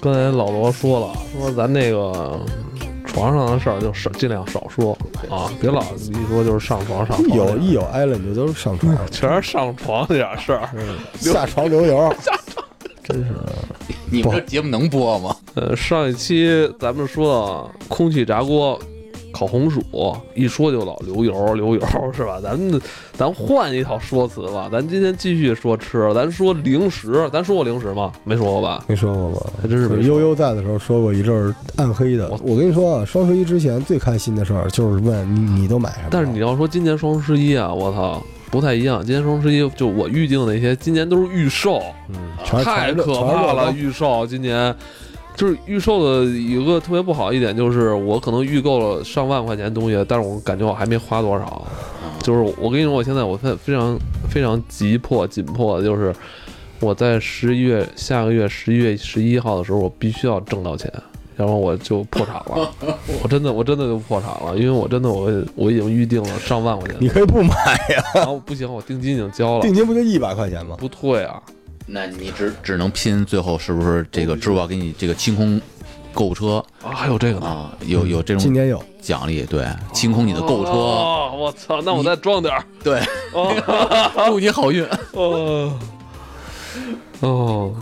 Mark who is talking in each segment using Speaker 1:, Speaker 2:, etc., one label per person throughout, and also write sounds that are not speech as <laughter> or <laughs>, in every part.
Speaker 1: 刚才老罗说了，说咱那个床上的事儿就少尽量少说啊，别老一说就是上床上
Speaker 2: 一
Speaker 1: 床
Speaker 2: 有
Speaker 1: 这样
Speaker 2: 一有挨了你就都是上床，
Speaker 1: <laughs> 全是上床这点事儿。
Speaker 2: 下床流 <laughs> 油，真是
Speaker 3: 你们这节目能播吗？
Speaker 1: 呃，上一期咱们说到空气炸锅烤红薯，一说就老流油流油是吧？咱们咱换一套说辞吧，咱今天继续说吃，咱说零食，咱说过零食吗？没说过吧？
Speaker 2: 没说过吧？
Speaker 1: 还哎真是没
Speaker 2: 悠悠在的时候说过一阵儿暗黑的。我跟你说啊，双十一之前最开心的事儿就是问你你都买什么了，
Speaker 1: 但是你要说今年双十一啊，我操，不太一样。今年双十一就我预定的那些，今年都是预售，
Speaker 2: 嗯全是
Speaker 1: 嗯太可怕了！，预售今年就是预售的有个特别不好一点，就是我可能预购了上万块钱的东西，但是我感觉我还没花多少。就是我跟你说，我现在我非非常非常急迫紧迫的就是我在十一月下个月十一月十一号的时候，我必须要挣到钱。要不然我就破产了，我真的我真的就破产了，因为我真的我我已经预定了上万块钱
Speaker 2: <laughs> 你，可以不买呀，
Speaker 1: 然后不行，我定金已经交了
Speaker 2: 定，金不就一百块钱吗？
Speaker 1: 不退啊，
Speaker 3: 那你只只能拼最后是不是这
Speaker 2: 嗯
Speaker 3: 个支付宝给你这个清空购物车
Speaker 1: 啊还有这个呢，
Speaker 3: 啊？有有这
Speaker 2: 今
Speaker 3: 种
Speaker 2: 年有，
Speaker 3: 奖励，对，清空你的购物车，
Speaker 1: 哦，我操，那我再装点儿。
Speaker 3: <laughs> 对，
Speaker 1: 哦
Speaker 3: 祝你好运。
Speaker 1: 哦哦，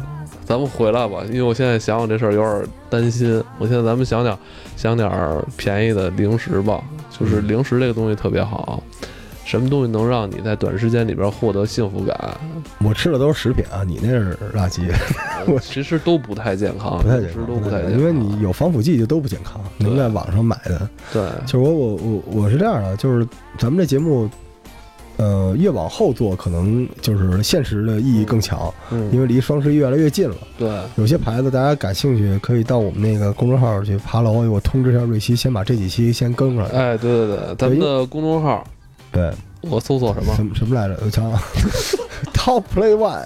Speaker 1: 咱们回来吧，因为我现在想想这事儿有点担心。我现在咱们想想想点儿便宜的零食吧，就是零食这个东西特别好，什么东西能让你在短时间里边获得幸福
Speaker 2: <laughs>
Speaker 1: 感？
Speaker 2: 我吃的都是食品啊，你那是垃圾，
Speaker 1: 其实都不太健康，
Speaker 2: 不太
Speaker 1: 零
Speaker 2: 健
Speaker 1: 食
Speaker 2: 康，
Speaker 1: 都不太健康，
Speaker 2: 因为你有防腐剂就都不健康。能在网上买的，
Speaker 1: 对
Speaker 2: 就是我我我我是这样的，就是咱们这节目。呃，越往后做，可能就是现实的意义更强，
Speaker 1: 嗯
Speaker 2: 因为离双十一越来越近了。
Speaker 1: 对
Speaker 2: 有些牌子大家感兴趣，可以到我们那个公众号去爬楼。我通知一下瑞希，先把这几期先更上来。
Speaker 1: 哎对对对，咱们的公众号
Speaker 2: 对，
Speaker 1: 我搜索什么
Speaker 2: 什么什么来着？我瞧啊 <laughs> ，Top Play One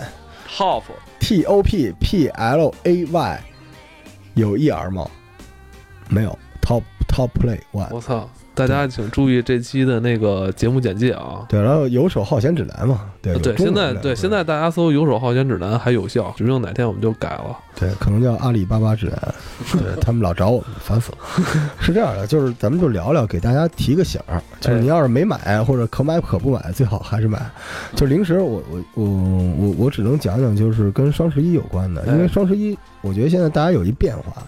Speaker 1: top
Speaker 2: T O P P L A Y，有 E R 吗？没有。Top Top Play One。
Speaker 1: 我操！大家请注意这期的那个节目简介啊。
Speaker 2: 对，然后游手好闲指南嘛，对
Speaker 1: 呃对，
Speaker 2: 有中
Speaker 1: 现
Speaker 2: 文
Speaker 1: 在
Speaker 2: 的
Speaker 1: 对现在大家搜“游手好闲指南”还有效，指不定哪天我们就改了。
Speaker 2: 对，可能叫阿里巴巴指南，对他们老找我们，烦死了。是这样的，就是咱们就聊聊，给大家提个醒儿，就是你要是没买或者可买可不买，最好还是买。就零食我，我我我我我只能讲讲，就是跟双十一有关的，因为
Speaker 1: 哎
Speaker 2: 双十一，我觉得现在大家有一变化。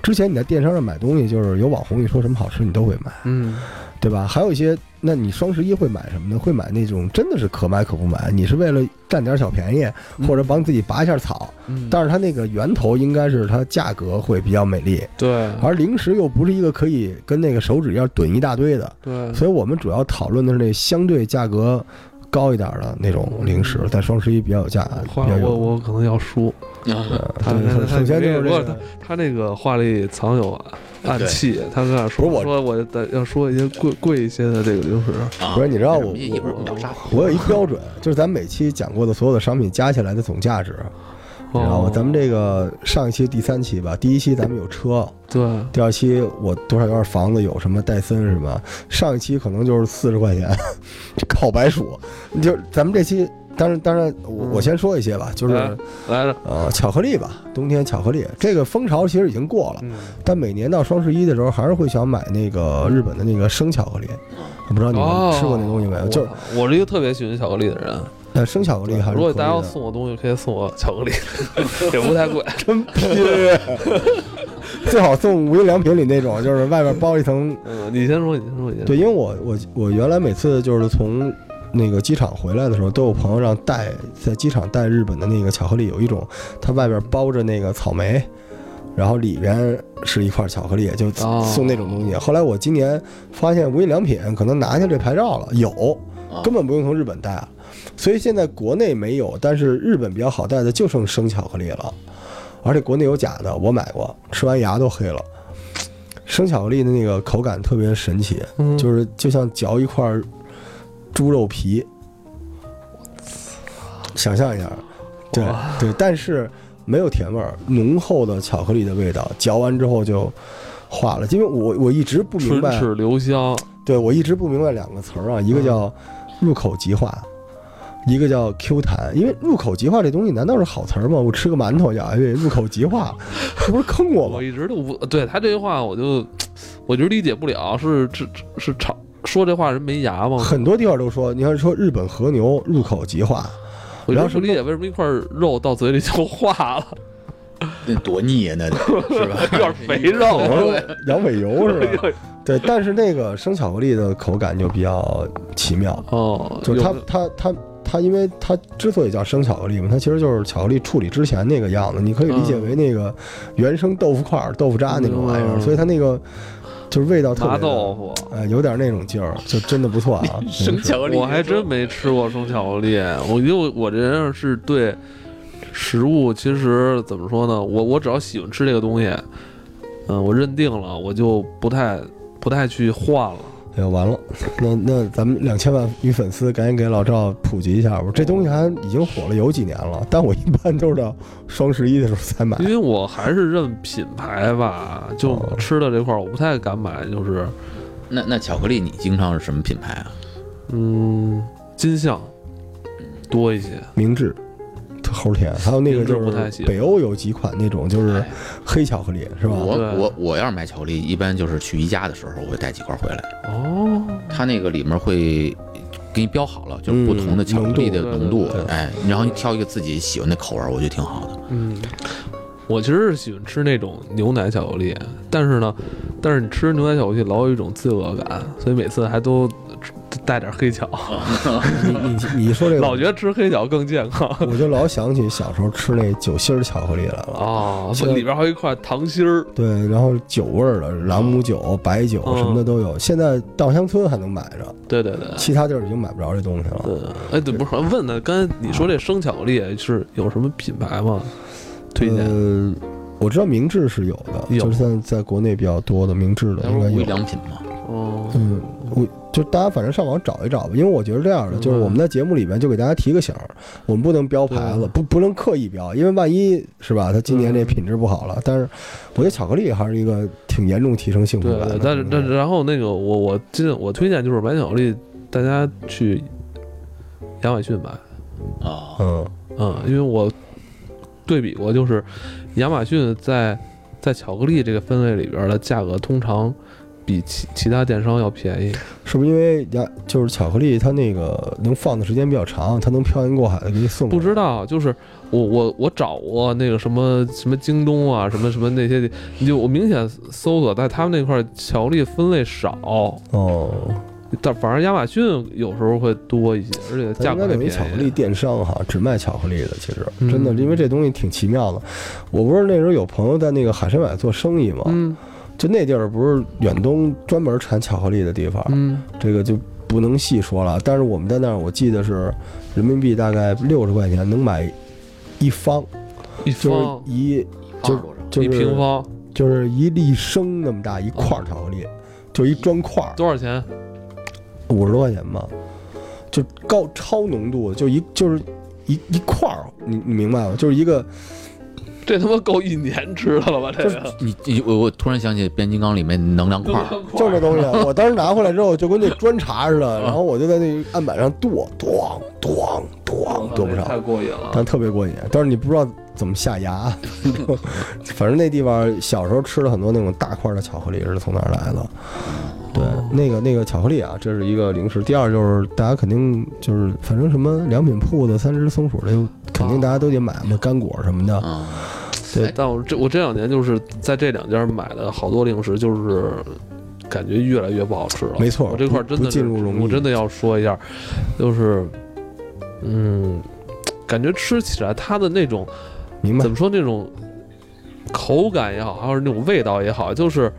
Speaker 2: 之前你在电商上买东西，就是有网红一说什么好吃，你都会买，
Speaker 1: 嗯，
Speaker 2: 对吧？还有一些，那你双十一会买什么呢？会买那种真的是可买可不买，你是为了占点小便宜，或者帮自己拔一下草，
Speaker 1: 嗯
Speaker 2: 但是它那个源头应该是它价格会比较美丽，
Speaker 1: 对
Speaker 2: 而零食又不是一个可以跟那个手指一样囤一大堆的，
Speaker 1: 对
Speaker 2: 所以我们主要讨论的是那相对价格高一点的那种零食，在双十一比较有价。
Speaker 1: 话
Speaker 2: 比较有
Speaker 1: 我我可能要输。
Speaker 3: 啊
Speaker 2: 呃
Speaker 1: 他
Speaker 2: 对
Speaker 1: 他
Speaker 2: 首首先
Speaker 1: 他
Speaker 2: 就是这
Speaker 1: 他
Speaker 2: 个，
Speaker 1: 他那个话里藏有暗器，他跟我说
Speaker 2: 不是我哦
Speaker 1: 说我得要说一些贵贵一些的这个零食。
Speaker 3: 啊
Speaker 2: 不是你知道我
Speaker 3: 一会儿我们聊沙发
Speaker 2: 我有一标准，就是咱每期讲过的所有的商品加起来的总价值，你知道吗
Speaker 1: 哦？，
Speaker 2: 咱们这个上一期第三期吧，第一期咱们有车，
Speaker 1: 对
Speaker 2: 第二期我多少有点房子，有什么戴森什么，上一期可能就是四十块钱， <laughs> 烤白薯。你就咱们这期，当然当然，我
Speaker 1: 嗯
Speaker 2: 我先说一些吧，就是、
Speaker 1: 来哎来了，
Speaker 2: 呃巧克力吧，冬天巧克力这个风潮其实已经过了，
Speaker 1: 嗯，
Speaker 2: 但每年到双十一的时候，还是会想买那个日本的那个生巧克力。我不知道你
Speaker 1: 哦
Speaker 2: 们吃过那东西没有？就是
Speaker 1: 我我是一个特别喜欢巧克力的人，
Speaker 2: 呃生巧克力还是
Speaker 1: 如果
Speaker 2: 可
Speaker 1: 大家
Speaker 2: 以
Speaker 1: 要
Speaker 2: 的
Speaker 1: 送我东西，可以送我巧克力， <laughs> 也不太贵。
Speaker 2: 真拼， <laughs> 最好送无印良品里那种，就是外边包一层
Speaker 1: 嗯，你先说，你先说，你先说。
Speaker 2: 对，因为我我我原来每次就是从那个机场回来的时候，都有朋友让带在机场带日本的那个巧克力，有一种它外边包着那个草莓，然后里边是一块巧克力，就
Speaker 1: 哦
Speaker 2: 送那种东西。后来我今年发现无印良品可能拿下这牌照了，有
Speaker 3: 啊，
Speaker 2: 根本不用从日本带了。啊所以现在国内没有，但是日本比较好带的就剩生巧克力了，而且国内有假的，我买过，吃完牙都黑了。生巧克力的那个口感特别神奇，
Speaker 1: 嗯
Speaker 2: 就是就像嚼一块猪肉皮，想象一下，对对，但是没有甜味儿，浓厚的巧克力的味道，嚼完之后就化了。因为我我一直不明
Speaker 1: 唇嗯
Speaker 2: 白，
Speaker 1: 齿留香，
Speaker 2: 对我一直不明白两个词儿啊，一个叫入口即化，一个叫 Q 弹，因为入口即化这东西难道是好词儿吗？我吃个馒头去，哎，入口即化，这不是坑
Speaker 1: <laughs>
Speaker 2: 我吗
Speaker 1: 我？一直都不对他这句话，我就我就理解不了，是是是吵说这话人没牙吗？
Speaker 2: 很多地方都说，你要是说日本和牛入口即化，
Speaker 1: 我
Speaker 2: 然
Speaker 1: 就
Speaker 2: 后
Speaker 1: 不理解为什么一块肉到嘴里就化了，
Speaker 3: 那多腻啊， <laughs> 那得是吧？
Speaker 1: 有点肥肉。
Speaker 2: 羊尾油是吧？对，但是那个生巧克力的口感就比较奇妙，
Speaker 1: 哦，
Speaker 2: 就是它
Speaker 1: 有
Speaker 2: 它它它，因为它之所以叫生巧克力嘛，它其实就是巧克力处理之前那个样子，你可以理解为那个原生豆腐块儿、豆腐渣那种玩意儿，
Speaker 1: 嗯
Speaker 2: 所以它那个就是味道特别
Speaker 1: 麻
Speaker 2: 的
Speaker 1: 豆腐，
Speaker 2: 哎，有点那种劲儿，就真的不错啊。
Speaker 3: 生巧克力，
Speaker 1: 我还真没吃过生巧克力。我因为我这人是对食物，其实怎么说呢？我我只要喜欢吃这个东西，嗯，我认定了，我就不太不太去换了。
Speaker 2: 哎呀，完了，那那咱们两千万女粉丝赶紧给老赵普及一下吧。这东西还已经火了有几年了，但我一般都是到双十一的时候才买
Speaker 1: 因。为我还是认品牌吧，就
Speaker 2: 哦
Speaker 1: 吃的这块儿我不太敢买，就是
Speaker 3: 那那巧克力你经常是什么品牌啊？
Speaker 1: 嗯，金像多一些，
Speaker 2: 明治，特齁甜。还有那个
Speaker 1: 明治
Speaker 2: 就
Speaker 1: 不太喜
Speaker 2: 是
Speaker 1: 欢哎
Speaker 2: 北欧有几款那种就是黑巧克力，是吧？
Speaker 3: 我
Speaker 1: 对
Speaker 3: 我我要是买巧克力，一般就是去宜家的时候，我会带几块回来。
Speaker 1: 哦，
Speaker 3: 它那个里面会给你标好了，就是不同的巧克力的
Speaker 1: 嗯
Speaker 3: 浓度
Speaker 1: 浓
Speaker 2: 度对对，对
Speaker 3: 哎，然后你挑一个自己喜欢的口味儿，我觉得挺好的。
Speaker 1: 嗯，我其实是喜欢吃那种牛奶巧克力，但是呢，但是你吃牛奶巧克力老有一种罪恶感，所以每次还都带点黑巧，
Speaker 2: 你你你一说这个，
Speaker 1: 老觉得吃黑巧更健康
Speaker 2: 我就老想起小时候吃那酒心儿巧克力来了。
Speaker 1: 啊，
Speaker 2: 现在
Speaker 1: 里边还有一块糖心儿，
Speaker 2: 对，然后酒味儿的朗姆酒、
Speaker 1: 嗯
Speaker 2: 白酒什么的都有。现在稻香村还能买着，
Speaker 1: 对对对。
Speaker 2: 其他地儿已经买不着这东西了。
Speaker 1: 哎
Speaker 2: 呃
Speaker 1: 对，哎，对，不是，问的，刚才你说这生巧克力是有什么品牌吗？推荐？
Speaker 2: 呃，我知道明治是有的，
Speaker 1: 有
Speaker 2: 就是现在在国内比较多的明治的
Speaker 3: 那
Speaker 2: 应
Speaker 3: 不
Speaker 2: 该
Speaker 3: 是无
Speaker 2: 有
Speaker 3: 印。良品吗？
Speaker 1: 哦，
Speaker 2: 嗯，我就大家反正上网找一找吧，因为我觉得这样的，
Speaker 1: 嗯
Speaker 2: 就是我们在节目里边就给大家提个醒儿，我们不能标牌子，
Speaker 1: 对嗯
Speaker 2: 不不能刻意标，因为万一是吧，它今年这品质不好了。但是我觉得巧克力还是一个挺严重提升幸福
Speaker 1: 对
Speaker 2: 感的。
Speaker 1: 对，但是但是然后那个我我今我推荐就是买巧克力，大家去亚马逊买，
Speaker 3: 啊，
Speaker 2: 嗯，
Speaker 1: 嗯，因为我对比过，就是亚马逊在在巧克力这个分类里边的价格通常比其其他电商要便宜，
Speaker 2: 是不是因为呀，就是巧克力它那个能放的时间比较长，它能漂洋过海的给你送过
Speaker 1: 不
Speaker 2: 来？
Speaker 1: 知道啊就是我我我找过那个什么什么京东啊，什么什么那些，你就我明显搜索在他们那块儿巧克力分类少，
Speaker 2: 哦，
Speaker 1: 但反正亚马逊有时候会多一些，而且
Speaker 2: 它
Speaker 1: 价
Speaker 2: 应
Speaker 1: 格
Speaker 2: 该
Speaker 1: 还
Speaker 2: 等
Speaker 1: 便
Speaker 2: 于
Speaker 1: 宜。
Speaker 2: 巧克力电商哈，只卖巧克力的。其实
Speaker 1: 嗯
Speaker 2: 真的，因为这东西挺奇妙的。我不是那时候有朋友在那个海参崴做生意嘛，
Speaker 1: 嗯
Speaker 2: 就那地儿不是远东专门产巧克力的地方，
Speaker 1: 嗯，
Speaker 2: 这个就不能细说了。但是我们在那儿，我记得是人民币大概六十块钱能买一方，
Speaker 1: 一
Speaker 2: 就是
Speaker 1: 方
Speaker 2: 一
Speaker 3: 二十多少？
Speaker 2: 就
Speaker 1: 哦一平
Speaker 2: 是
Speaker 1: 方
Speaker 2: 就是一粒升那么大一块儿巧克力，就一砖块儿，
Speaker 1: 多少钱？
Speaker 2: 五十多块钱吧，就高超浓度，就一就是一一块儿，你你明白吗？就是一个
Speaker 1: 这他妈够一年吃的了吧？这
Speaker 2: 就是
Speaker 1: 个
Speaker 3: 你你我我突然想起《变形金刚》里面能量块儿，
Speaker 2: 就是这东西，啊
Speaker 1: <laughs>
Speaker 2: 我当时拿回来之后就跟那砖茶似
Speaker 1: 嗯
Speaker 2: 的，然后我就在那案板上剁，咣咣咣剁不
Speaker 1: 啊太
Speaker 2: 上，
Speaker 1: 过瘾了。
Speaker 2: 但特别过瘾。但是你不知道怎么下牙，啊
Speaker 1: <laughs>
Speaker 2: 反正那地方小时候吃了很多那种大块的巧克力是从哪儿来
Speaker 1: 哦
Speaker 2: 的？对，那个那个巧克力啊，这是一个零食。第二就是大家肯定就是反正什么良品铺的三只松鼠的，肯定大家都得买嘛，干果什么的。
Speaker 1: 啊
Speaker 3: 嗯，
Speaker 2: 对，
Speaker 1: 但我这我这两年就是在这两家买的好多零食，就是感觉越来越不好吃了。
Speaker 2: 没错
Speaker 1: 我这块儿真
Speaker 2: 不
Speaker 1: 的
Speaker 2: 不
Speaker 1: 是
Speaker 2: 进入容易
Speaker 1: 我真的要说一下，就是嗯，感觉吃起来它的那种
Speaker 2: 明白
Speaker 1: 怎。么说那种口感也好，还有那种味道也好，就是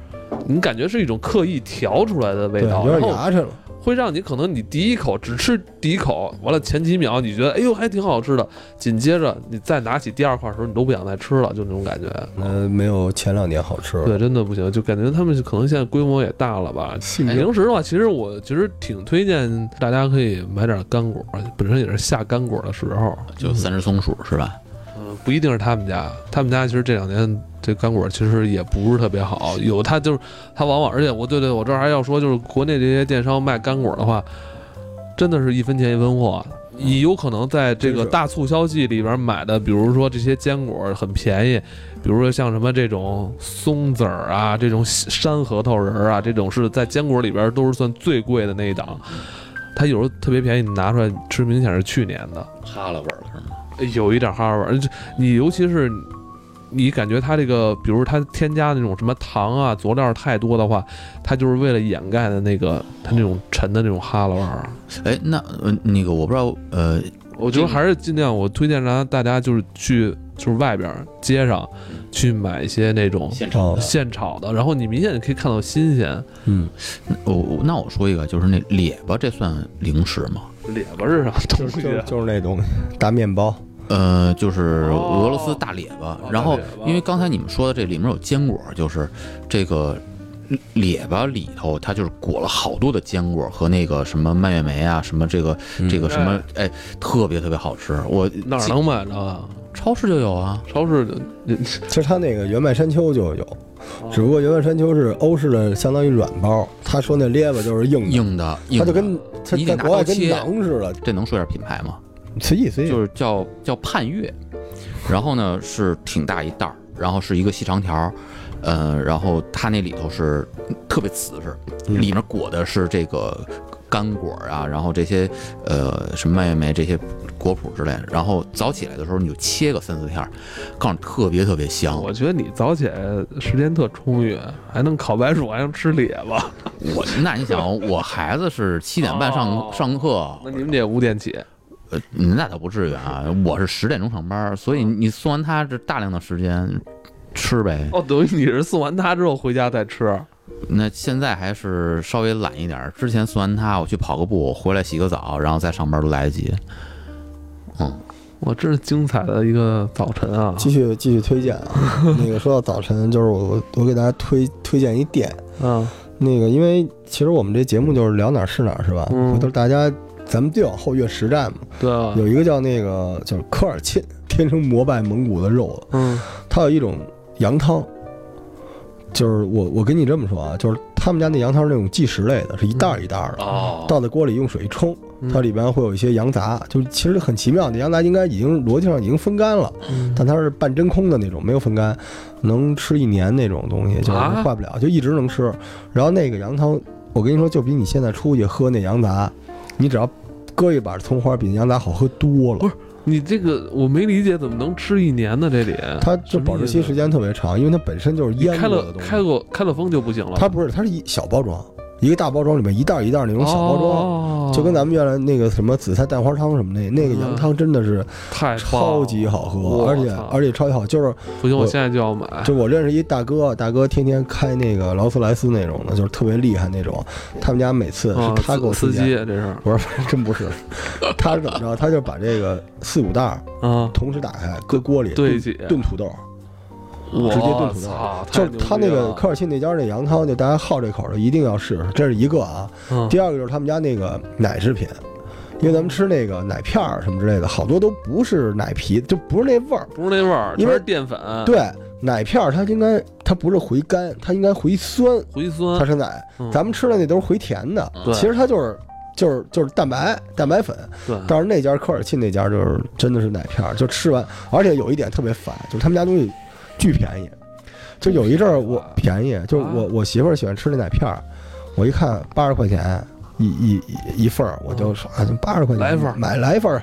Speaker 1: 你感觉是一种刻意调出来的味
Speaker 2: 对，
Speaker 1: 道，
Speaker 2: 有
Speaker 1: 然
Speaker 2: 点
Speaker 1: 后
Speaker 2: 牙碜了。
Speaker 1: 会让你可能你第一口只吃第一口，完了前几秒你觉得哎呦还挺好吃的，紧接着你再拿起第二块的时候你都不想再吃了，就那种感觉。
Speaker 2: 呃，没有前两年好吃了。
Speaker 1: 对，真的不行，就感觉他们可能现在规模也大了吧。
Speaker 2: 性
Speaker 1: 哎
Speaker 2: 格
Speaker 1: 零食的话，其实我其实挺推荐大家可以买点干果，本身也是下干果的时候，
Speaker 3: 就三只松鼠是吧？
Speaker 1: 嗯，不一定是他们家，他们家其实这两年这干果其实也不是特别好，有它就是它往往，而且我对对，我这儿还要说，就是国内这些电商卖干果的话，真的是一分钱一分货，你有可能在这个
Speaker 2: 真是
Speaker 1: 大促销季里边买的，比如说这些坚果很便宜，比如说像什么这种松子儿啊，这种山核桃仁儿啊，这种是在坚果里边都是算最贵的那一档。它有时候特别便宜，你拿出来吃，明显是去年的，
Speaker 3: 哈喇味儿了是吗？
Speaker 1: 有一点哈味儿。这你尤其是你感觉它这个，比如它添加那种什么糖啊、佐料太多的话，它就是为了掩盖的那个它那种沉的那种哈喇味儿。啊
Speaker 3: 哎，那呃那个我不知道呃
Speaker 1: 我觉得还是尽量，我推荐让大家就是去就是外边儿街上去买一些那种
Speaker 3: 现
Speaker 2: 场的
Speaker 1: 现炒的，然后你明显可以看到新鲜。
Speaker 2: 嗯，
Speaker 3: 我我那我说一个，就是那列巴，这算零食吗？
Speaker 1: 列巴是啥
Speaker 2: 就
Speaker 1: 东
Speaker 2: 是
Speaker 1: 西啊
Speaker 2: 就是就是那东西，大面包，
Speaker 3: 呃，就是
Speaker 1: 哦
Speaker 3: 俄罗斯大列巴。
Speaker 1: 哦
Speaker 3: 然
Speaker 1: 大
Speaker 3: 后
Speaker 1: 列巴
Speaker 3: 因为刚才你们说的这里面有坚果，就是这个列巴里头，它就是裹了好多的坚果和那个什么蔓越莓啊，什么这个这个什么，哎，特别特别好吃。我
Speaker 1: 哪儿能买着啊？
Speaker 3: 超市就有啊。
Speaker 1: 超市
Speaker 2: 其实它那个原麦山丘就有，只不过原麦山丘是欧式的，相当于软包，他说那列巴就是硬的，
Speaker 3: 硬的，硬
Speaker 2: 它就
Speaker 3: 的。
Speaker 2: 跟它
Speaker 3: 你得
Speaker 2: 在
Speaker 3: 拿
Speaker 2: 国外
Speaker 3: 刀
Speaker 2: 跟
Speaker 3: 切
Speaker 2: 馕似的，
Speaker 3: 这能说点品牌吗？
Speaker 2: 随意随意，
Speaker 3: 就是叫叫盼月，然后呢是挺大一袋儿，然后是一个细长条儿，呃，然后它那里头是特别瓷实，
Speaker 2: 嗯
Speaker 3: 里面裹的是这个干果儿啊，然后这些呃什么蔓越莓这些果脯之类的，然后早起来的时候你就切个三四片儿，告诉你特别特别香。
Speaker 1: 我觉得你早起来时间特充裕，还能烤白薯，还能吃列巴。
Speaker 3: 我那你想，我孩子是七点半上
Speaker 1: 哦
Speaker 3: 上课，
Speaker 1: 那你们得五点起，
Speaker 3: 呃，那倒不至于啊，我是十点钟上班，所以
Speaker 1: 嗯
Speaker 3: 你送完他这大量的时间吃呗。
Speaker 1: 哦，等于你是送完它之后回家再吃。
Speaker 3: 那现在还是稍微懒一点儿。之前送完他，我去跑个步，回来洗个澡，然后再上班都来得及。嗯，
Speaker 1: 哇，真是精彩的一个早晨啊！
Speaker 2: 继续继续推荐
Speaker 3: <laughs>
Speaker 2: 啊，那个说到早晨，就是我我我给大家推推荐一店，
Speaker 1: 嗯，
Speaker 2: 那个因为其实我们这节目就是聊哪儿是哪儿是吧？
Speaker 1: 嗯
Speaker 2: 回头大家咱们就往后越实战嘛，
Speaker 1: 对啊，
Speaker 2: 有一个叫那个叫科尔沁，天生膜拜蒙古的肉了，
Speaker 1: 嗯
Speaker 2: 它有一种羊汤，就是我我跟你这么说啊，就是他们家那羊汤是那种即食类的，是一袋儿一袋儿的，
Speaker 3: 哦
Speaker 2: 倒在锅里用水一冲，
Speaker 1: 嗯
Speaker 2: 它里边会有一些羊杂，就是其实很奇妙，那羊杂应该已经逻辑上已经风干了。
Speaker 1: 嗯
Speaker 2: 但它是半真空的那种，没有风干，能吃一年那种东西，就是
Speaker 1: 啊
Speaker 2: 坏不了，就一直能吃。然后那个羊汤，我跟你说，就比你现在出去喝那羊杂，你只要搁一把葱花，比那羊杂好喝多了
Speaker 1: 不。是嗯你这个我没理解，怎么能吃一年呢？这里
Speaker 2: 它这保质期时间特别长，因为它本身就是
Speaker 1: 你
Speaker 2: 腌
Speaker 1: 开
Speaker 2: 过的
Speaker 1: 了
Speaker 2: 东
Speaker 1: 开
Speaker 2: 西。
Speaker 1: 过开了封就不行了。
Speaker 2: 它不是，它是一小包装，一个大包装里面一袋一袋那种小包装。
Speaker 1: 装
Speaker 2: 就跟咱们原来那个什么紫菜蛋花汤什么的，那个
Speaker 1: 啊
Speaker 2: 羊汤真的是
Speaker 1: 太棒了
Speaker 2: 超级好喝，
Speaker 1: 我
Speaker 2: 而且
Speaker 1: 操哎
Speaker 2: 而且超级好，就是
Speaker 1: 不行，
Speaker 2: 我
Speaker 1: 我现在就要买。
Speaker 2: 就我认识一大哥，啊大哥天天开那个劳斯莱斯那种的，就是特别厉害那种。他们家每次
Speaker 1: 啊
Speaker 2: 是他给我
Speaker 1: 司
Speaker 2: 推
Speaker 1: 司
Speaker 2: 荐，
Speaker 1: 机这是
Speaker 2: 不是 <laughs> 真不是，他是怎么着？他就把这个四五袋儿
Speaker 1: 啊，
Speaker 2: 同时打开，搁锅里
Speaker 1: 对
Speaker 2: 炖
Speaker 1: 起
Speaker 2: 炖土豆，
Speaker 1: 我
Speaker 2: 直接炖土豆
Speaker 1: 操
Speaker 2: 就
Speaker 1: 太
Speaker 2: 是
Speaker 1: 牛逼了
Speaker 2: 他那个科尔沁那家那羊汤，就大家好这口的一定要试试，这是一个啊。
Speaker 1: 嗯
Speaker 2: 第二个就是他们家那个奶制品。因为咱们吃那个奶片儿什么之类的，好多都不是奶皮，就不是那味儿。
Speaker 1: 不是那味儿，
Speaker 2: 因
Speaker 1: 全
Speaker 2: 为
Speaker 1: 是淀粉，，
Speaker 2: 对，奶片儿它应该它不是回甘，它应该回酸，
Speaker 1: 回
Speaker 2: 它
Speaker 1: 酸。
Speaker 2: 是奶。
Speaker 1: 嗯
Speaker 2: 咱们吃的那都是回甜的，
Speaker 1: 对
Speaker 2: 其实它就是就是就是蛋白蛋白粉。
Speaker 1: 对
Speaker 2: 但是那家科尔沁那家就是真的是奶片儿，就吃完，而且有一点特别烦，就是他们家东西巨便宜。就有一阵儿
Speaker 1: 啊
Speaker 2: 我便宜，就是我我媳妇儿喜欢吃那奶片儿，我一看八十块钱一一一一份儿，我就说啊，八十块
Speaker 1: 嗯
Speaker 2: 钱
Speaker 1: 来一份儿
Speaker 2: 买来一份儿，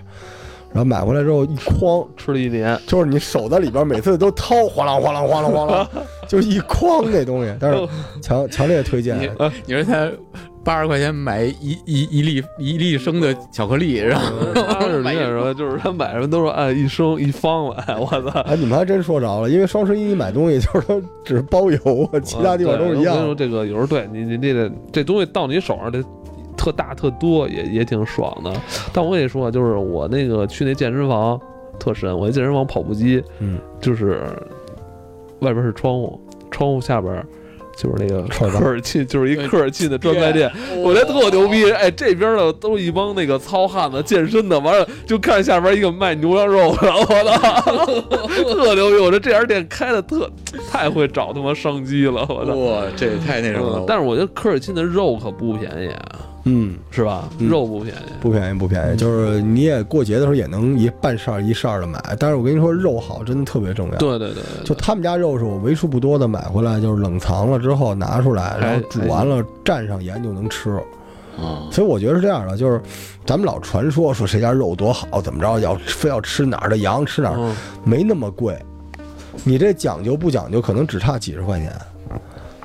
Speaker 2: 然后买回来之后一筐，
Speaker 1: 吃了一年，
Speaker 2: 就是你手在里边儿每次都掏，哗啦哗啦哗啦哗啦，就一筐那东西。但是强强烈推荐，
Speaker 3: 你说他八十块钱买一一一粒一粒生的巧克力，然后
Speaker 1: <laughs> 他是那什么，就是他买什么都是按一升一方来，我操！
Speaker 2: <laughs> 哎，你们还真说着了，因为双十一买东西就是说只是包邮，啊其他地方都
Speaker 1: 我
Speaker 2: 是一
Speaker 1: 跟你说
Speaker 2: 样。
Speaker 1: 这个有时候对你你这个这东西到你手上这特大特多也也挺爽的。但我跟你说啊，就是我那个去那健身房特神，我那健身房跑步机，
Speaker 2: 嗯，
Speaker 1: 就是外边是窗户，窗户下边就是那个
Speaker 2: 串
Speaker 1: 科
Speaker 2: 儿
Speaker 1: 尔沁，就是一科尔沁的专卖店。我觉得特牛逼，哎，这边的都是一帮那个糙汉子、健身的，完了就看下边一个卖牛羊肉的，我操， <laughs> 特牛逼！我这这家店开的特太会找他妈商机了，我操。
Speaker 3: 哇，这也太那
Speaker 1: 哦嗯但是我觉得科尔沁的肉可不便宜啊，
Speaker 2: 嗯，
Speaker 1: 是吧？
Speaker 2: 嗯
Speaker 1: 肉不便宜，
Speaker 2: 不便宜不便宜，就是你也过节的时候也能一半扇儿一扇儿的买，但是我跟你说肉好真的特别重要。
Speaker 1: 对对对，对
Speaker 2: 就他们家肉是我为数不多的买回来，就是冷藏了之后拿出来，然后煮完了蘸上盐就能吃。
Speaker 1: 哦
Speaker 3: 啊，
Speaker 2: 所以我觉得是这样的，就是咱们老传说说谁家肉多好，怎么着要非要吃哪儿的羊，吃哪儿
Speaker 1: 嗯
Speaker 2: 没那么贵。你这讲究不讲究，可能只差几十块钱。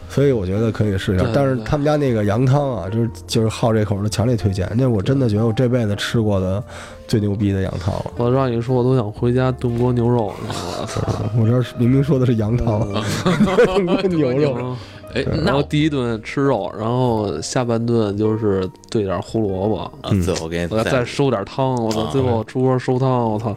Speaker 2: 所以我觉得可以试一下
Speaker 1: 对，
Speaker 2: 但是
Speaker 1: 对
Speaker 2: 他们家那个羊汤啊，就是就是好这口的，强烈推荐。那我真的觉得我这辈子吃过的最牛逼的羊汤了。
Speaker 1: 我让你说，我都想回家炖锅牛肉了。我 <laughs> 操！
Speaker 2: 我这儿明明说的是羊汤，炖锅 <laughs> 牛肉。
Speaker 1: 嗯
Speaker 3: 哎，
Speaker 1: 然
Speaker 3: 那
Speaker 1: 后
Speaker 3: 我
Speaker 1: 第一顿吃肉，然后下半顿就是兑点胡萝卜，
Speaker 3: 啊
Speaker 2: 嗯
Speaker 3: 最后给你
Speaker 1: 我要再收点汤。我操！
Speaker 3: 啊
Speaker 1: 最后出锅收汤，我操！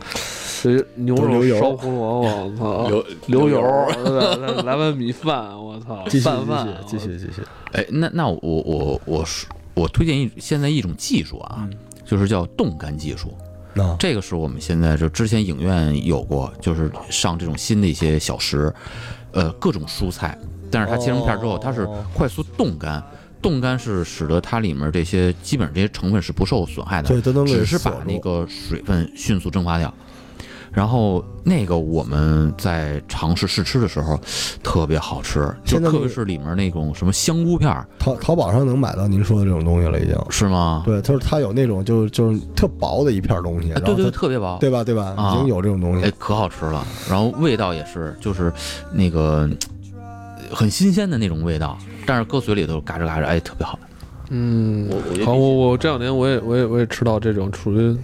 Speaker 1: 这牛
Speaker 2: 都流
Speaker 1: 肉
Speaker 2: 油
Speaker 1: 烧胡萝卜，我操！
Speaker 3: 留
Speaker 1: 流油
Speaker 3: 油。，
Speaker 1: 对来碗米饭，我操！
Speaker 3: <laughs>
Speaker 2: 继续
Speaker 1: 拌饭，
Speaker 2: 继续继续继续，
Speaker 3: 哎，那那我我我是我推荐一现在一种技术啊，
Speaker 1: 嗯
Speaker 3: 就是叫冻干技术。
Speaker 2: 那
Speaker 3: 这个是我们现在就之前影院有过，就是上这种新的一些小食，呃，各种蔬菜，但是它切成片儿之后，
Speaker 2: 哦
Speaker 3: 它是快速冻干，冻干是使得它里面这些基本上这些成分是不受损害的，
Speaker 2: 对都能给
Speaker 3: 只是
Speaker 2: 锁
Speaker 3: 把
Speaker 2: 住
Speaker 3: 那个水分迅速蒸发掉。然后那个我们在尝试试吃的时候，特别好吃，就
Speaker 2: 现在那
Speaker 3: 特
Speaker 2: 个
Speaker 3: 别是里面那种什么香菇片儿，
Speaker 2: 淘淘宝上能买到您说的这种东西了，已经。
Speaker 3: 是吗？
Speaker 2: 对，就是它有那种就是就是特薄的一片东西，
Speaker 3: 哎
Speaker 2: 然
Speaker 3: 对
Speaker 2: 后
Speaker 3: 对，
Speaker 2: 它
Speaker 3: 特别薄。
Speaker 2: 对吧对吧，
Speaker 3: 啊
Speaker 2: 已经有这种东
Speaker 3: 哎
Speaker 2: 西，，
Speaker 3: 可好吃了，然后味道也是，就是那个呃很新鲜的那种味道，但是搁嘴里头嘎吱嘎吱，哎，特别好。
Speaker 1: 嗯，
Speaker 3: 我我觉得
Speaker 1: 好，我我这两年我也我也我也吃到这种属于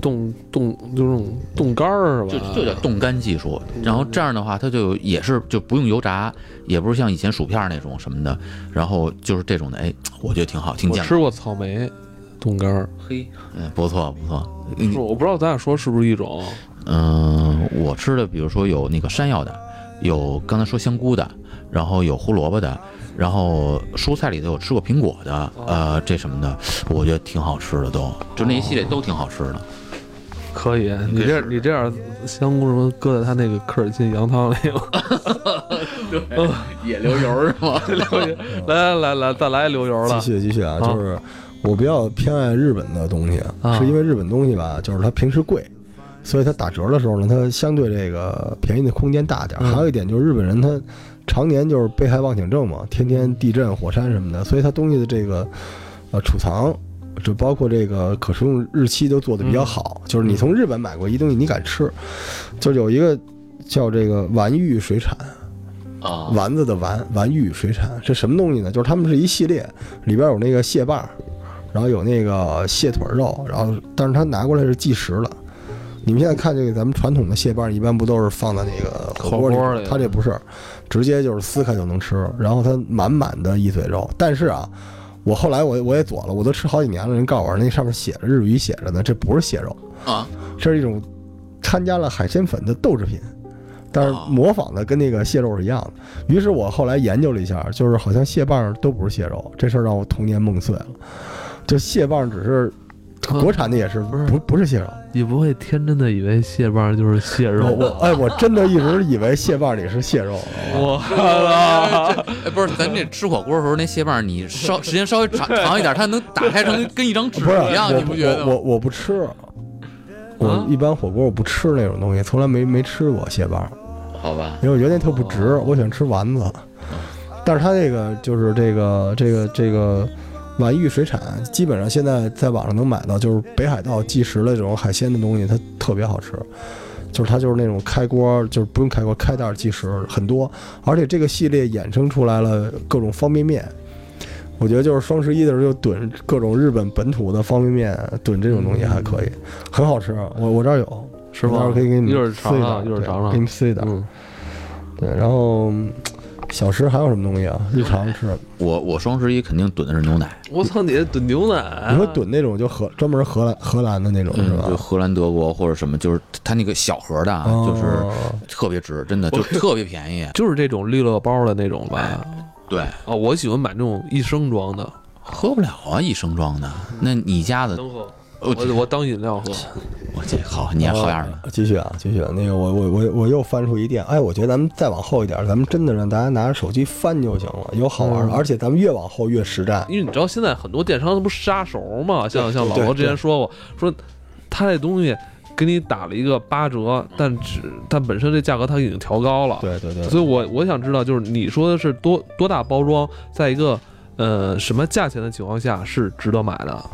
Speaker 1: 冻冻就这种冻干儿是
Speaker 3: 就
Speaker 1: 吧？啊
Speaker 3: 就叫冻干技术，然后这样的话，它就也是就不用油炸，也不是像以前薯片那种什么的，然后就是这种的，哎，我觉得挺好，挺
Speaker 1: 我
Speaker 3: 健
Speaker 1: 吃
Speaker 3: 康，
Speaker 1: 过草莓冻干儿，
Speaker 3: 嘿，嗯，不错嗯不错，
Speaker 1: 是我不知道咱俩说是不是一种，
Speaker 3: 嗯，我吃的比如说有那个山药的，有刚才说香菇的，然后有胡萝卜的，然后蔬菜里头有吃过苹果的，呃，这什么的，我觉得挺好吃的都，就那一系列都挺好吃的。
Speaker 1: 可以。你
Speaker 3: 可以
Speaker 1: 这
Speaker 3: 试
Speaker 1: 你这样香菇什么搁在他那个科尔沁羊汤里，
Speaker 3: <laughs>
Speaker 2: <laughs> 哦
Speaker 3: 也流油是吗？
Speaker 1: 来来来来，再来一流油
Speaker 2: 继
Speaker 1: 了。
Speaker 2: 续继续啊，
Speaker 1: 啊
Speaker 2: 就是我比较偏爱日本的东西，
Speaker 1: 啊
Speaker 2: 是因为日本东西吧，就是它平时贵。所以它打折的时候呢，它相对这个便宜的空间大点儿。
Speaker 1: 嗯
Speaker 2: 还有一点就是日本人他常年就是被害妄想症嘛，天天地震、火山什么
Speaker 1: 嗯
Speaker 2: 的，所以它东西的这个呃储藏，就包括这个可食用日期都做的比较好。
Speaker 1: 嗯
Speaker 2: 就是你从日本买过一东西，你敢吃，就是有一个叫这个丸玉水产，
Speaker 3: <laughs> 啊，
Speaker 2: 丸子的丸，丸玉水产，这什么东西呢？就是它们是一系列，里边有那个蟹棒，然后有那个蟹腿肉，然后但是它拿过来是计时了。你们现在看这个咱们传统的蟹棒，一般不都是放在那个火锅里
Speaker 1: 火
Speaker 2: 头？
Speaker 1: 锅里
Speaker 2: 它这不是，直接就是撕开就能吃，然后它满满的一嘴肉。但是啊，我后来我我也左了，我都吃好几年了，人告诉我那上面写着日语写着呢，这不是蟹肉
Speaker 3: 啊，
Speaker 2: 这是一种掺加了海鲜粉的豆制品，但是
Speaker 3: 啊
Speaker 2: 模仿的跟那个蟹肉是一样的。于是我后来研究了一下，就是好像蟹棒都不是蟹肉，这事儿让我童年梦碎了。就蟹棒只是国产的，也是
Speaker 1: 不是
Speaker 2: 不不是蟹肉。
Speaker 1: 你不会天真的以为蟹棒就是蟹
Speaker 2: 我
Speaker 1: 肉
Speaker 2: 我
Speaker 1: 吧？
Speaker 2: 哎，我真的一直以为蟹棒里是蟹肉。啊
Speaker 1: 我操！
Speaker 3: 哎，不是，咱们这吃火锅的时候，那蟹棒你稍 <laughs> 时间稍微长长一点，它能打开成跟一张纸
Speaker 2: 不是，
Speaker 3: 一样，你
Speaker 2: 我
Speaker 3: 不觉得
Speaker 2: 我
Speaker 3: 吗？
Speaker 2: 我我不吃，我
Speaker 1: 啊
Speaker 2: 一般火锅我不吃那种东西，从来没没吃过蟹棒。
Speaker 3: 好
Speaker 1: 啊
Speaker 3: 吧，
Speaker 2: 因为我觉得那特不值，
Speaker 1: 哦
Speaker 2: 我喜欢吃丸子。但是它这个就是这个这个这个皖玉水产，基本上现在在网上能买到，就是北海道即食的这种海鲜的东西，它特别好吃。就是它就是那种开锅，就是不用开锅，开袋儿即食很多，而且这个系列衍生出来了各种方便面。我觉得就是双十一的时候就炖各种日本本土的方便面，炖这种东西还可以，很好吃。我我这儿有，
Speaker 1: 嗯是
Speaker 2: 我
Speaker 1: 吗
Speaker 2: 到时候可以给你们
Speaker 1: 一会儿
Speaker 2: 撕
Speaker 1: 尝
Speaker 2: 一
Speaker 1: 尝
Speaker 2: 袋
Speaker 1: 一会儿
Speaker 2: 对
Speaker 1: 尝尝
Speaker 2: 给你们撕一袋。
Speaker 1: 嗯，
Speaker 2: 对，然后嗯小吃还有什么东西啊？日常吃，
Speaker 3: 我我双十一肯定炖的是牛奶，
Speaker 1: <laughs> 我操！你这炖牛奶，啊
Speaker 2: 你说炖那种就荷专门荷兰荷兰的那种是
Speaker 3: 嗯，就
Speaker 2: 吧？
Speaker 3: 荷兰、德国或者什么，就是它那个小盒的啊，就是。
Speaker 2: 哦
Speaker 3: 特别值，真的就特别便宜。
Speaker 1: 就是这种利乐包的那种吧？
Speaker 3: 对，
Speaker 1: 啊，我喜欢买那种一升装的，
Speaker 3: 喝不了啊，一升装的。那你家的
Speaker 1: 能喝。
Speaker 3: 哦
Speaker 1: 我我当饮料喝，
Speaker 3: 我这好，你还好样的，
Speaker 2: 呃继续啊，继续啊。那个我我我我又翻出一店，哎，我觉得咱们再往后一点，咱们真的让大家拿着手机翻就行了，有好玩
Speaker 3: 嗯
Speaker 2: 的，而且咱们越往后越实战。
Speaker 1: 因为你知道现在很多电商他不是杀熟嘛，像像老
Speaker 2: 对
Speaker 1: 罗之前
Speaker 2: 对
Speaker 1: 说过，说他这东西给你打了一个八折，但只但本身这价格他已经调高了，
Speaker 2: 对对对，
Speaker 1: 所以我我想知道就是你说的是多多大包装，在一个呃什么价钱的情况下是值得买的？啊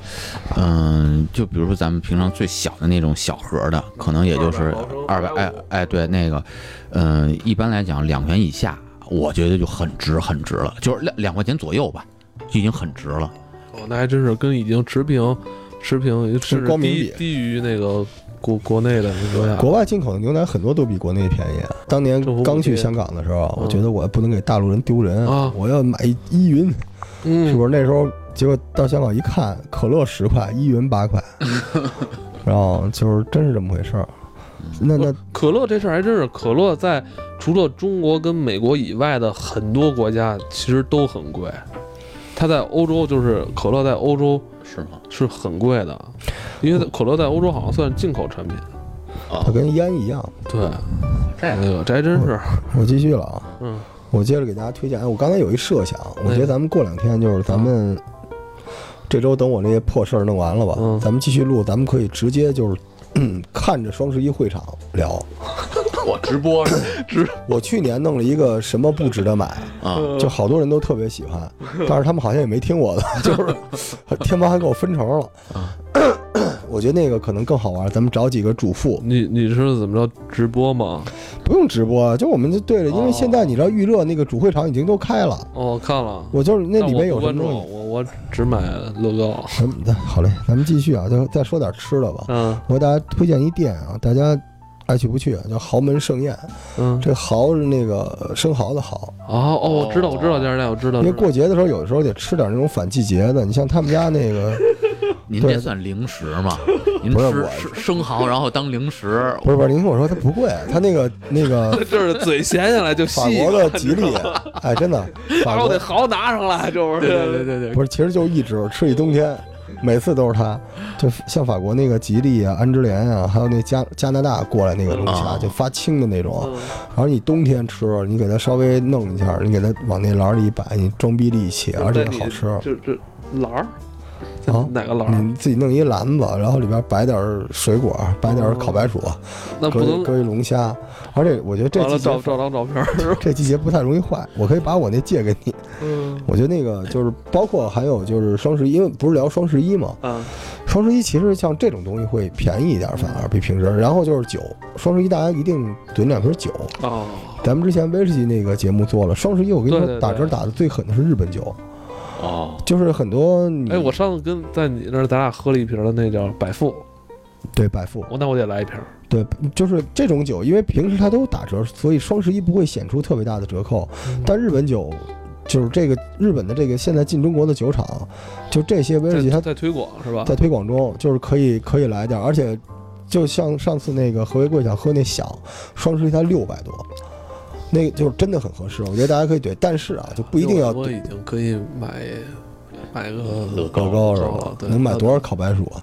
Speaker 3: 嗯，就比如说咱们平常最小的那种小盒的，可能也就是二百，
Speaker 1: 200
Speaker 3: 哎哎，对那个，嗯，一般来讲两元以下，我觉得就很值很值了，就是两两块钱左右吧，就已经很值了。
Speaker 1: 哦，那还真是跟已经持平持平，甚至
Speaker 2: 光明
Speaker 1: 低
Speaker 2: 比
Speaker 1: 低于那个国国内的你说呀，
Speaker 2: 国外进口的牛奶很多都比国内便宜。当年
Speaker 1: 政府补贴
Speaker 2: 刚去香港的时候，
Speaker 1: 嗯
Speaker 2: 我觉得我不能给大陆人丢人
Speaker 1: 啊
Speaker 2: 我要买依云，
Speaker 1: 嗯
Speaker 2: 是不是？那时候结果到香港一看，可乐十块，依云八块，然后就是真是这么回事儿。那那
Speaker 1: 可乐这事儿还真是，可乐在除了中国跟美国以外的很多国家其实都很贵。它在欧洲就是可乐在欧洲
Speaker 3: 是吗？
Speaker 1: 是很贵的，因为可乐在欧洲好像算进口产品。
Speaker 2: 它跟烟一样。
Speaker 1: 对，
Speaker 3: 这
Speaker 1: 那个这还真是，
Speaker 2: 我继续了啊，
Speaker 1: 嗯，
Speaker 2: 我接着给大家推荐。哎，我刚才有一设想，我觉得咱们过两天就是咱们这周等我那些破事儿弄完了吧，
Speaker 1: 嗯
Speaker 2: 咱们继续录，咱们可以直接就是。 <clears throat> 嗯看着双十一会场聊，
Speaker 3: 我直播是
Speaker 2: 我去年弄了一个什么不值得买，
Speaker 3: 啊，
Speaker 2: 就好多人都特别喜欢，但是他们好像也没听我的，就是天猫还给我分成了。 <coughs> 我觉得那个可能更好玩，咱们找几个主妇，
Speaker 1: 你你是怎么着直播吗？
Speaker 2: 不用直播，啊就我们就对着，因为现在你知道预热那个主会场已经都开了，
Speaker 1: 哦，我看了，
Speaker 2: 我就是那
Speaker 1: 但
Speaker 2: 里
Speaker 1: 我
Speaker 2: 面有
Speaker 1: 不
Speaker 2: 什
Speaker 1: 关
Speaker 2: 么
Speaker 1: 注，
Speaker 2: 东西。
Speaker 1: 我我只买乐高。
Speaker 2: 咱们咱好嘞，咱们继续啊，再再说点吃的吧。
Speaker 1: 嗯
Speaker 2: 我给大家推荐一店啊，大家爱去不去啊？叫豪门盛宴，
Speaker 1: 嗯，
Speaker 2: 这蚝是那个生蚝的蚝，
Speaker 1: 哦哦，我知道我知道这家店，我知道。
Speaker 2: 因为
Speaker 1: 知道 <laughs>
Speaker 2: 过节的时候有的时候得吃点那种反季节的。你像他们家
Speaker 1: <laughs>
Speaker 2: 那个，
Speaker 3: 您
Speaker 2: 对
Speaker 3: 这算零食 <laughs> 吗？您
Speaker 2: 不是
Speaker 3: 吃
Speaker 2: 我
Speaker 3: 吃生蚝然后当零食，
Speaker 2: 不是不是，您听我说，它不贵，它那个那
Speaker 1: <laughs>
Speaker 2: 个
Speaker 1: 这是嘴闲下来就
Speaker 2: 法
Speaker 1: 细
Speaker 2: 国，的吉利，哎，真的，法
Speaker 1: 然后
Speaker 2: 国
Speaker 1: 得好拿上来，就是
Speaker 3: 对对，
Speaker 2: 不是，其实就一只吃一冬天，每次都是它，就像法国那个吉利啊、安之莲啊，还有那加加拿大过来那个东西啊
Speaker 3: 啊，
Speaker 2: 就发青的那种。
Speaker 1: 嗯
Speaker 2: 然后你冬天吃，你给它稍微弄一下，你给它往那篮儿里一摆，你装逼力气，而且好吃。
Speaker 1: 这这篮儿
Speaker 2: 啊
Speaker 1: <laughs> 哪个篮儿？
Speaker 2: 你自己弄一篮子，然后里边摆点儿水果，摆
Speaker 1: 嗯
Speaker 2: 点儿烤白薯，
Speaker 1: 那呃不
Speaker 2: 搁一
Speaker 1: 能
Speaker 2: 搁一龙虾。而且我觉得这
Speaker 1: 完了
Speaker 2: 季
Speaker 1: 照
Speaker 2: 节
Speaker 1: 照张照片儿是吧？
Speaker 2: 这季节不太容易坏，我可以把我那借给你。
Speaker 1: <laughs> 嗯
Speaker 2: 我觉得那个就是包括还有就是双十一，因为不是聊双十一嘛，
Speaker 1: 啊
Speaker 2: 双十一其实像这种东西会便宜一点，反而比平时。然后就是酒，双十一大家一定囤两瓶酒。
Speaker 1: 哦，
Speaker 2: 咱们之前威士忌那个节目做了，双十一我跟你
Speaker 1: 对对
Speaker 2: 说
Speaker 1: 对
Speaker 2: 打折打的最狠的是日本酒，
Speaker 3: 哦，
Speaker 2: 就是很多你
Speaker 1: 哎，我上次跟在你那儿咱俩喝了一瓶的那叫百富，
Speaker 2: 对百富
Speaker 1: 我那我得来一瓶儿。
Speaker 2: 对就是这种酒，因为平时它都打折，所以双十一不会显出特别大的折扣。但日本酒就是这个日本的这个现在进中国的酒厂，就这些威士忌它
Speaker 1: 在在推广是吧？
Speaker 2: 在推广中，就是可以可以来点儿，而且就像上次那个何为贵想喝那响，双十一才六百多，那个就是真的很合适，我觉得大家可以怼，但是啊，就不一定要
Speaker 1: 我已经可以买买个乐
Speaker 2: 老呃高是吧
Speaker 1: 了，？对呃
Speaker 2: 能买多少？烤白薯啊？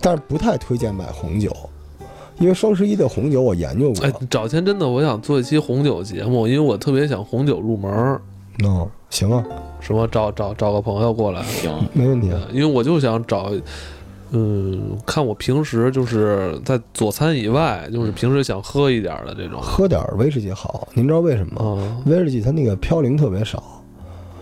Speaker 2: 但是不太推荐买红酒，因为双十一的红酒我研究
Speaker 1: 哎
Speaker 2: 过，，
Speaker 1: 找钱真的，我想做一期红酒节目，因为我特别想红酒入门儿，
Speaker 2: 嗯，行啊，
Speaker 1: 什么找找找个朋友过来，
Speaker 3: 行，
Speaker 2: 没问题啊。
Speaker 1: 呃因为我就想找，嗯，看我平时就是在佐餐以外，
Speaker 2: 嗯
Speaker 1: 就是平时想喝一点儿的这种。
Speaker 2: 喝点儿威士忌好，您知道为什么吗？
Speaker 1: 啊
Speaker 2: 威士忌它那个嘌呤特别少，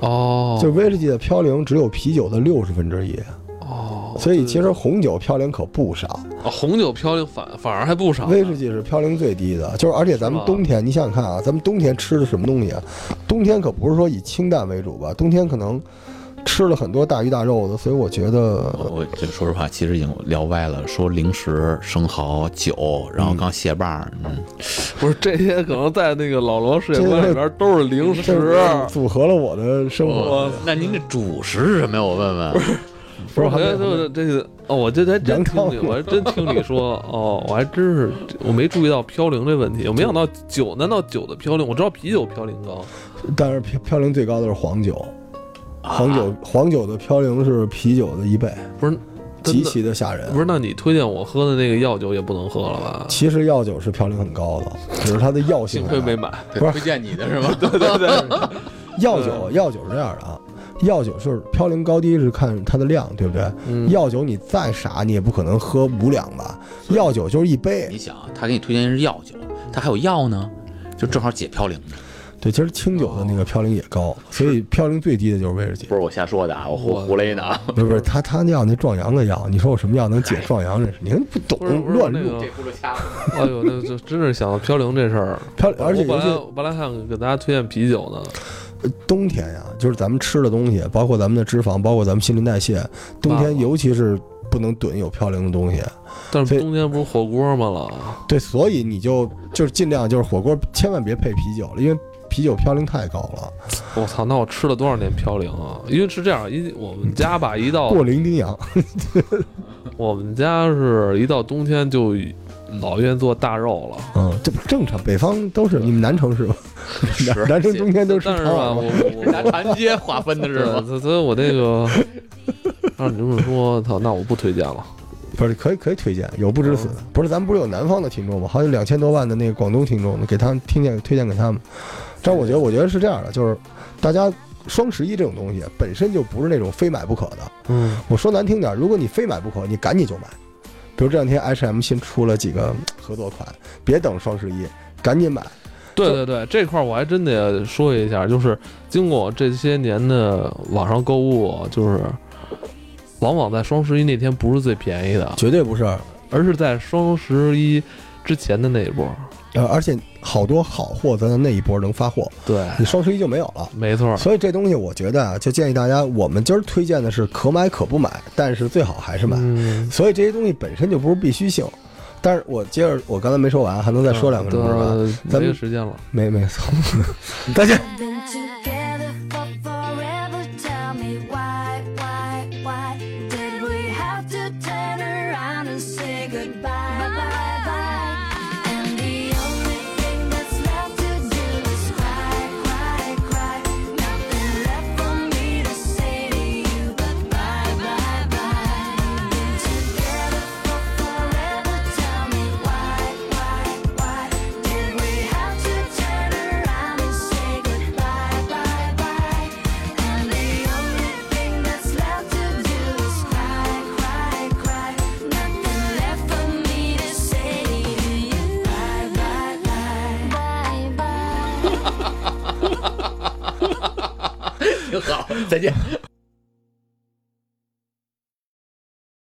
Speaker 1: 哦，
Speaker 2: 就威士忌的嘌呤只有啤酒的六十分之一，
Speaker 1: 哦，
Speaker 2: 所以其
Speaker 1: 对
Speaker 2: 实红酒嘌呤可不少。
Speaker 1: 啊红酒嘌呤反反而还不少呢。啊
Speaker 2: 威士忌是嘌呤最低的，就是而且咱们
Speaker 1: 是吗
Speaker 2: 冬天，你想想看啊，咱们冬天吃的什么东西啊？冬天可不是说以清淡为主吧，冬天可能吃了很多大鱼大肉的，所以我觉
Speaker 3: 我
Speaker 2: 得
Speaker 1: 哦
Speaker 3: 我这说实话，其实已经聊歪了，说零食、生蚝、酒，然后刚蟹棒儿，嗯，
Speaker 1: 不是这些，可能在那个老罗世界观里边都是零
Speaker 2: 这
Speaker 1: 食。啊哦
Speaker 2: 组合了我的生活。
Speaker 1: 我
Speaker 3: 那您这主食是什么呀？我问问。
Speaker 1: 不是，我
Speaker 2: 还
Speaker 1: 觉
Speaker 2: 没
Speaker 1: 得就是这个哦，我这还真
Speaker 2: 羊
Speaker 1: 听
Speaker 2: 汤
Speaker 1: 你，我还真听你
Speaker 2: <laughs>
Speaker 1: 说哦，我还真是我没注意到嘌呤这问题，我没想到酒，难道酒的嘌呤？我知道啤酒嘌呤高，
Speaker 2: 但是嘌嘌呤最高的是黄酒，黄酒黄酒的嘌呤是啤酒的一倍。
Speaker 1: 啊不是真
Speaker 2: 极
Speaker 1: 的
Speaker 2: 其的吓人。
Speaker 1: 不是，那你推荐我喝的那个药酒也不能喝了
Speaker 2: <laughs>
Speaker 1: 吧？
Speaker 2: 其实药酒是嘌呤很高的，只是它的药性
Speaker 1: 幸
Speaker 2: 啊。
Speaker 1: 亏没买。
Speaker 2: 不是
Speaker 3: 推荐你的是吗？
Speaker 2: 药酒，
Speaker 1: 嗯
Speaker 2: 药酒是这样的啊，药酒就是嘌呤高低是看它的量，对不对？
Speaker 1: 嗯
Speaker 2: 药酒你再傻，你也不可能喝五两吧？药酒就是一杯
Speaker 3: <laughs> 你。想啊，他给你推荐是药酒，他还有药呢，就正好解嘌呤的。
Speaker 2: 对，其实清酒的那个嘌呤也
Speaker 1: 哦
Speaker 2: 高，所以嘌呤最低的就是威士忌
Speaker 3: 不。是我瞎说的啊，我胡
Speaker 1: 我
Speaker 3: 胡勒呢啊。
Speaker 2: 不是不是，他他那药那壮阳的药，你说我什么药能解壮阳这事？你看不懂
Speaker 1: 不是不是
Speaker 2: 乱
Speaker 1: 那
Speaker 2: 入。
Speaker 1: 个，
Speaker 3: 轱辘掐了，
Speaker 1: 哎呦，那就真是想到嘌呤这事儿。
Speaker 2: 嘌呤， <laughs> 而且
Speaker 1: 我本
Speaker 2: 尤
Speaker 1: 来
Speaker 2: 其
Speaker 1: 我本来想给大家推荐啤酒呢，
Speaker 2: 呃冬天呀、就是咱们吃的东西，包括咱们的脂肪，包括咱们新陈代谢，冬
Speaker 1: 忘
Speaker 2: 天
Speaker 1: 了
Speaker 2: 尤其是不能囤有嘌呤的东西。
Speaker 1: 但是
Speaker 2: 所以
Speaker 1: 冬天不是火锅吗？了，
Speaker 2: 对，所以你就就是尽量就是火锅，千万别配啤酒了，因为啤酒嘌呤太高了，
Speaker 1: 我操，那我吃了多少年嘌呤啊？因为是这样，因为我们家吧，一到
Speaker 2: 过零丁洋。
Speaker 1: 我们家是一到冬天就老愿意做大肉了。
Speaker 2: 嗯，这不正常，北方都是你们南城是吧？南南城冬天都吃啊
Speaker 1: 但是吧，
Speaker 2: 肠
Speaker 1: 我
Speaker 2: 吗？
Speaker 1: 我我
Speaker 3: 拿长街划分的是
Speaker 1: 对，
Speaker 3: 吗？
Speaker 1: 所所以我这个按你这么说，操，那我不推荐
Speaker 2: 嗯
Speaker 1: 了。
Speaker 2: 不是，可以可以推荐，有不知死的。不是，咱们不是有南方的听众吗？还有两千多万的那个广东听众呢，给他们听见推荐给他们。但我觉得，我觉得是这样的，就是大家双十一这种东西本身就不是那种非买不可的。
Speaker 1: 嗯，
Speaker 2: 我说难听点儿，如果你非买不可，你赶紧就买。比如这两天 H&M 新出了几个合作款，别等双十一，赶紧买。
Speaker 1: 对对对，这块儿我还真得说一下，就是经过这些年的网上购物，就是往往在双十一那天不是最便宜的，
Speaker 2: 绝对不是。
Speaker 1: 而是在双十一之前的那一波。
Speaker 2: 呃，而且好多好货咱的那一波能发货，
Speaker 1: 对，
Speaker 2: 你双十一就没有了。
Speaker 1: 没错儿。
Speaker 2: 所以这东西我觉得啊，就建议大家，我们今儿推荐的是可买可不买，但是最好还是买。
Speaker 1: 嗯，
Speaker 2: 所以这些东西本身就不是必须性。但是我接着我刚才没说完，还能再说两
Speaker 1: 嗯
Speaker 2: 个
Speaker 1: 对
Speaker 2: 钟是吧？咱
Speaker 1: 呃没
Speaker 2: 们
Speaker 1: 有时间了。
Speaker 2: 没没错， <laughs> 再见。
Speaker 4: Been together for forever. Tell me why, why, why did we have to turn around and say goodbye, bye, bye? And the only thing that's left to do is cry, cry, cry. Nothing left for me to say to you but bye, bye, bye. Been together for forever. Tell me why, why, why did we have to turn around and say goodbye, bye, bye? And the only thing that's left to do is cry, cry, cry. Nothing left for me to say to you. Bye, bye, bye, bye, bye.
Speaker 3: 挺好，再见。